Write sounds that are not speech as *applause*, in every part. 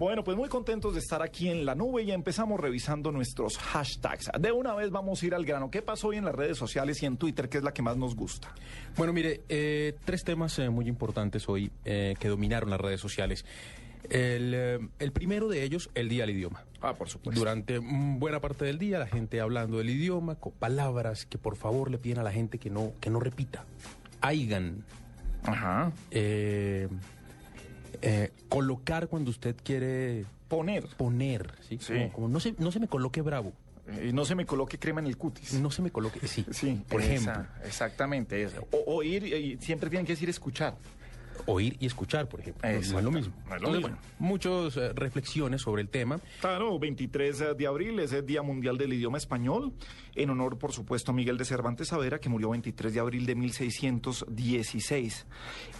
Bueno, pues muy contentos de estar aquí en la nube y empezamos revisando nuestros hashtags. De una vez vamos a ir al grano. ¿Qué pasó hoy en las redes sociales y en Twitter, que es la que más nos gusta? Bueno, mire, eh, tres temas eh, muy importantes hoy eh, que dominaron las redes sociales. El, eh, el primero de ellos, el Día del Idioma. Ah, por supuesto. Durante mm, buena parte del día, la gente hablando del idioma, con palabras que por favor le piden a la gente que no, que no repita. Aigan. Ajá. eh, eh, colocar cuando usted quiere Poner. poner. ¿sí? Sí. Como, como no, se, no se me coloque bravo. Y no se me coloque crema en el cutis. No se me coloque. Sí, Sí, por esa, ejemplo. Exactamente. esa. O, oír, eh, siempre tienen que decir escuchar. oír y escuchar, por ejemplo. No- No es Exacto. lo mismo. No es lo mismo. Muchas eh, reflexiones sobre el tema. Claro, 23 de abril es el Día Mundial del Idioma Español, en honor, por supuesto, a Miguel de Cervantes Saavedra, que murió 23 de abril de 1616.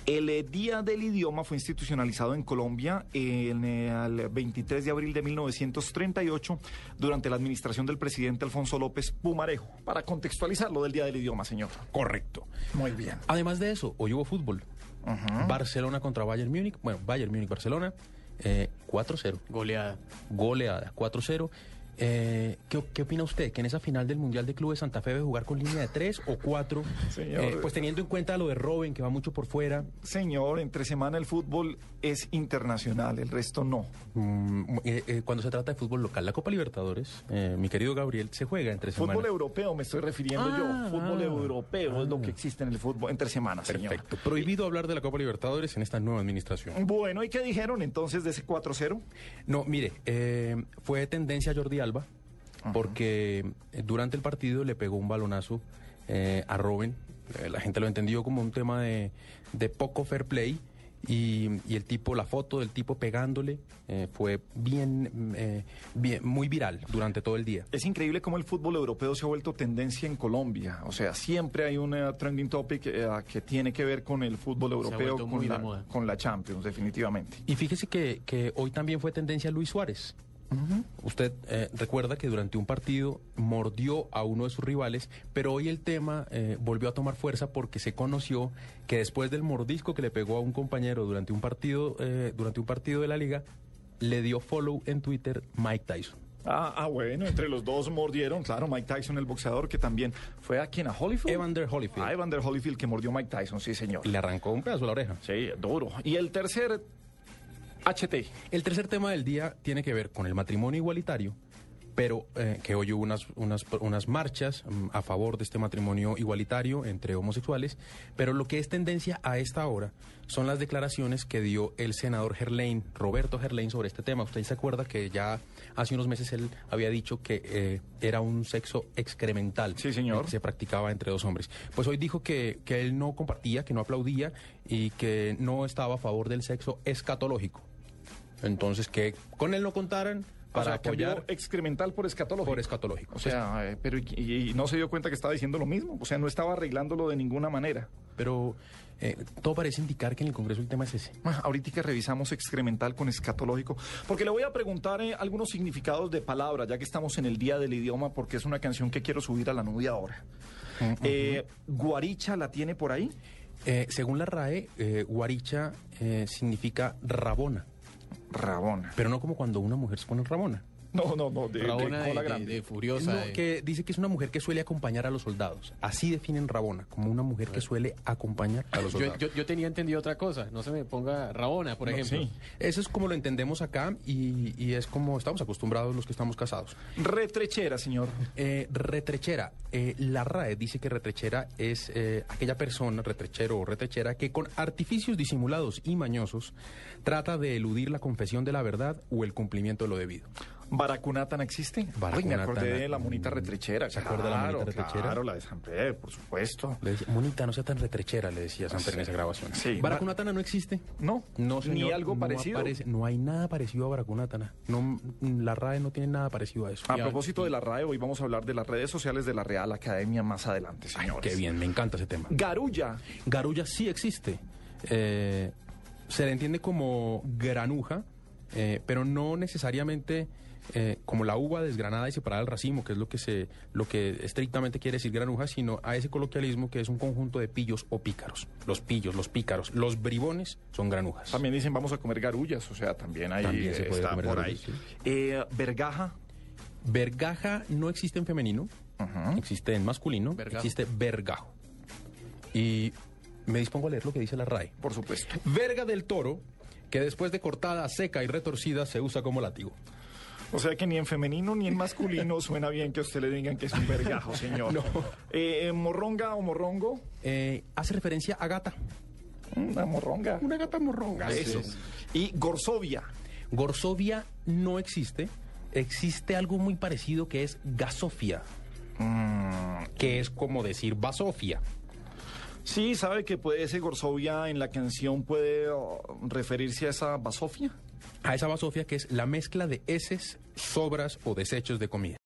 El eh, Día del Idioma fue institucionalizado en Colombia en eh, el 23 de abril de 1938 durante la administración del presidente Alfonso López Pumarejo. Para contextualizar lo del Día del Idioma, señor. Correcto. Muy bien. Además de eso, hoy hubo fútbol. Barcelona contra Bayern Múnich. Bueno, Bayern Múnich, Barcelona. eh, 4-0. Goleada. Goleada, 4-0. Eh, ¿qué, qué opina usted? ¿Que en esa final del Mundial de Clubes Santa Fe debe jugar con línea de 3 o 4? Señor. pues teniendo en cuenta lo de Robin, que va mucho por fuera. Señor, entre semana el fútbol es internacional, el resto no. Mm, eh, eh, cuando se trata de fútbol local, la Copa Libertadores, eh, mi querido Gabriel, se juega entre Fútbol semanas. europeo me estoy refiriendo Ah, yo. Fútbol ah, europeo es Ah. lo que existe en el fútbol entre semanas, señor. Perfecto. Prohibido hablar de la Copa Libertadores en esta nueva administración. Bueno, ¿y qué dijeron entonces de ese 4-0? No, mire, eh, fue tendencia Jordi Alba porque eh, durante el partido le pegó un balonazo eh, a Robin. Eh, la gente lo entendió como un tema de, de poco fair play. Y, y el tipo, la foto del tipo pegándole eh, fue bien, mm, eh, bien, muy viral durante todo el día. Es increíble cómo el fútbol europeo se ha vuelto tendencia en Colombia. O sea, siempre hay un eh, trending topic eh, que tiene que ver con el fútbol europeo, vuelto con muy de la, moda. con la Champions, definitivamente. Y fíjese que, que hoy también fue tendencia Luis Suárez. Usted eh, recuerda que durante un partido mordió a uno de sus rivales, pero hoy el tema eh, volvió a tomar fuerza porque se conoció que después del mordisco que le pegó a un compañero durante un partido, eh, durante un partido de la liga, le dio follow en Twitter Mike Tyson. Ah, ah, bueno, entre los dos mordieron, claro, Mike Tyson, el boxeador, que también fue a quien, a Holyfield. Evander Holyfield. Ah, Evander Holyfield, que mordió Mike Tyson, sí, señor. Y le arrancó un pedazo a la oreja. Sí, duro. Y el tercer, HT. El tercer tema del día tiene que ver con el matrimonio igualitario, pero eh, que hoy hubo unas, unas, unas marchas mm, a favor de este matrimonio igualitario entre homosexuales, pero lo que es tendencia a esta hora son las declaraciones que dio el senador Gerlain, Roberto Gerlain, sobre este tema. Usted se acuerda que ya hace unos meses él había dicho que eh, era un sexo excremental. Sí, señor. el que se practicaba entre dos hombres. Pues hoy dijo que, que él no compartía, que no aplaudía y que no estaba a favor del sexo escatológico. Entonces, que con él no contaran para o sea, cambió apoyar excremental por escatológico. por escatológico. O sea, eh, pero y, y- y no se dio cuenta que estaba diciendo lo mismo. O sea, no estaba arreglándolo de ninguna manera. Pero eh, todo parece indicar que en el Congreso el tema es ese. Ah, Ahorita que revisamos excremental con escatológico, porque le voy a preguntar eh, algunos significados de palabras, ya que estamos en el Día del Idioma, porque es una canción que quiero subir a la nube ahora. Eh, ¿Guaricha la tiene por ahí? Eh, según la RAE, eh, guaricha eh, significa rabona, Rabona. pero no como cuando una mujer se pone rabona. No, no, no, de, de Rabona de, cola de- grande. de Furiosa. No, de- que dice que es una mujer que suele acompañar a los soldados. Así definen rabona, como una mujer que suele acompañar a los yo, soldados. yo- yo tenía entendido otra cosa. No se me ponga Rabona, por ejemplo. sí. Eso es como lo entendemos acá y, y es como estamos acostumbrados los que estamos casados. Retrechera, señor. Eh, retrechera. Eh, la RAE dice que retrechera es eh, aquella persona, retrechero o retrechera, que con artificios disimulados y mañosos trata de eludir la confesión de la verdad o el cumplimiento de lo debido. ¿Baracunatan existe? Ay, me Baracunatana. acordé de la monita retrechera. ¿Se acuerda de la monita Claro, retrechera? Claro, la de San Pedro, por supuesto. Le decía, Monita, no sea tan retrechera, le decía Samper en esa grabación. Sí. Baracunatana no existe. No, No, señor, ni algo no parecido. aparece- no hay nada parecido a Baracunatana. No, la RAE no tiene nada parecido a eso. A propósito de la RAE, hoy vamos a hablar de las redes sociales de la Real Academia más adelante, Ay, señores. qué bien, me encanta ese tema. Garulla. Garulla sí existe. Eh, se le entiende como granuja, eh, pero no necesariamente eh, como la uva desgranada y separada del racimo, que es lo que se, lo que estrictamente quiere decir granuja, sino a ese coloquialismo que es un conjunto de pillos o pícaros. Los pillos, los pícaros, los bribones son granujas. También dicen vamos a comer garullas, o sea, también ahí También se eh, puede está comer por ahí. garullas, Eh, vergaja. Vergaja no existe en femenino, existe en masculino, Vergajo. existe vergajo. Y me dispongo a leer lo que dice la RAE. Por supuesto. Verga del toro, que después de cortada, seca y retorcida se usa como látigo. O sea que ni en femenino ni en *laughs* masculino suena bien que a usted le digan que es un vergajo, señor. No. Eh, morronga o morrongo. Mm, Eh, hace referencia a gata. Una morronga. Una gata morronga. Eso. Y gorsovia. Gorsovia no existe. Existe algo muy parecido que es gasofia. Que es como decir basofia. Sí, sabe que puede ese gorsovia en la canción puede oh, referirse a esa basofia. A esa basofia que es la mezcla de heces, sobras o desechos de comida.